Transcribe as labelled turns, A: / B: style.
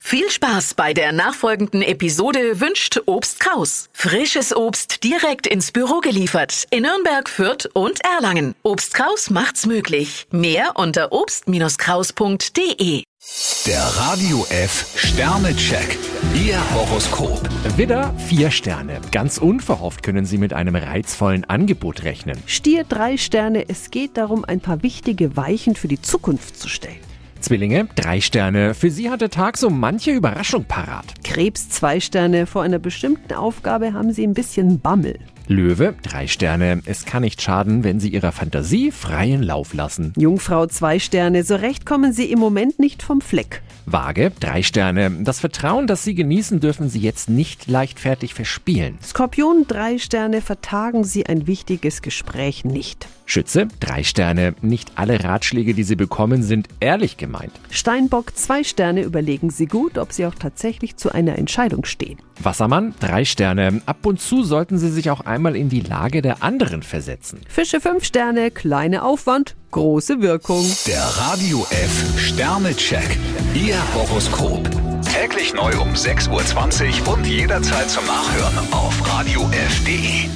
A: Viel Spaß bei der nachfolgenden Episode wünscht Obst Kraus. Frisches Obst direkt ins Büro geliefert in Nürnberg, Fürth und Erlangen. Obst Kraus macht's möglich. Mehr unter obst-kraus.de.
B: Der Radio F Sternecheck. Ihr Horoskop.
C: Widder, vier Sterne. Ganz unverhofft können Sie mit einem reizvollen Angebot rechnen.
D: Stier drei Sterne, es geht darum, ein paar wichtige Weichen für die Zukunft zu stellen.
C: Zwillinge, drei Sterne. Für Sie hat der Tag so manche Überraschung parat.
D: Krebs zwei Sterne, vor einer bestimmten Aufgabe haben Sie ein bisschen Bammel.
C: Löwe, drei Sterne. Es kann nicht schaden, wenn Sie Ihrer Fantasie freien Lauf lassen.
D: Jungfrau zwei Sterne, so recht kommen Sie im Moment nicht vom Fleck.
C: Waage, drei Sterne. Das Vertrauen, das Sie genießen, dürfen Sie jetzt nicht leichtfertig verspielen.
D: Skorpion drei Sterne, vertagen Sie ein wichtiges Gespräch nicht.
C: Schütze, drei Sterne. Nicht alle Ratschläge, die Sie bekommen, sind ehrlich gemeint.
D: Steinbock zwei Sterne, überlegen Sie gut, ob Sie auch tatsächlich zu einer Entscheidung stehen.
C: Wassermann, drei Sterne. Ab und zu sollten Sie sich auch einmal in die Lage der anderen versetzen.
D: Fische fünf Sterne, kleiner Aufwand, große Wirkung.
B: Der Radio F Sternecheck. Ihr Horoskop. Täglich neu um 6.20 Uhr und jederzeit zum Nachhören auf Radio radiof.de.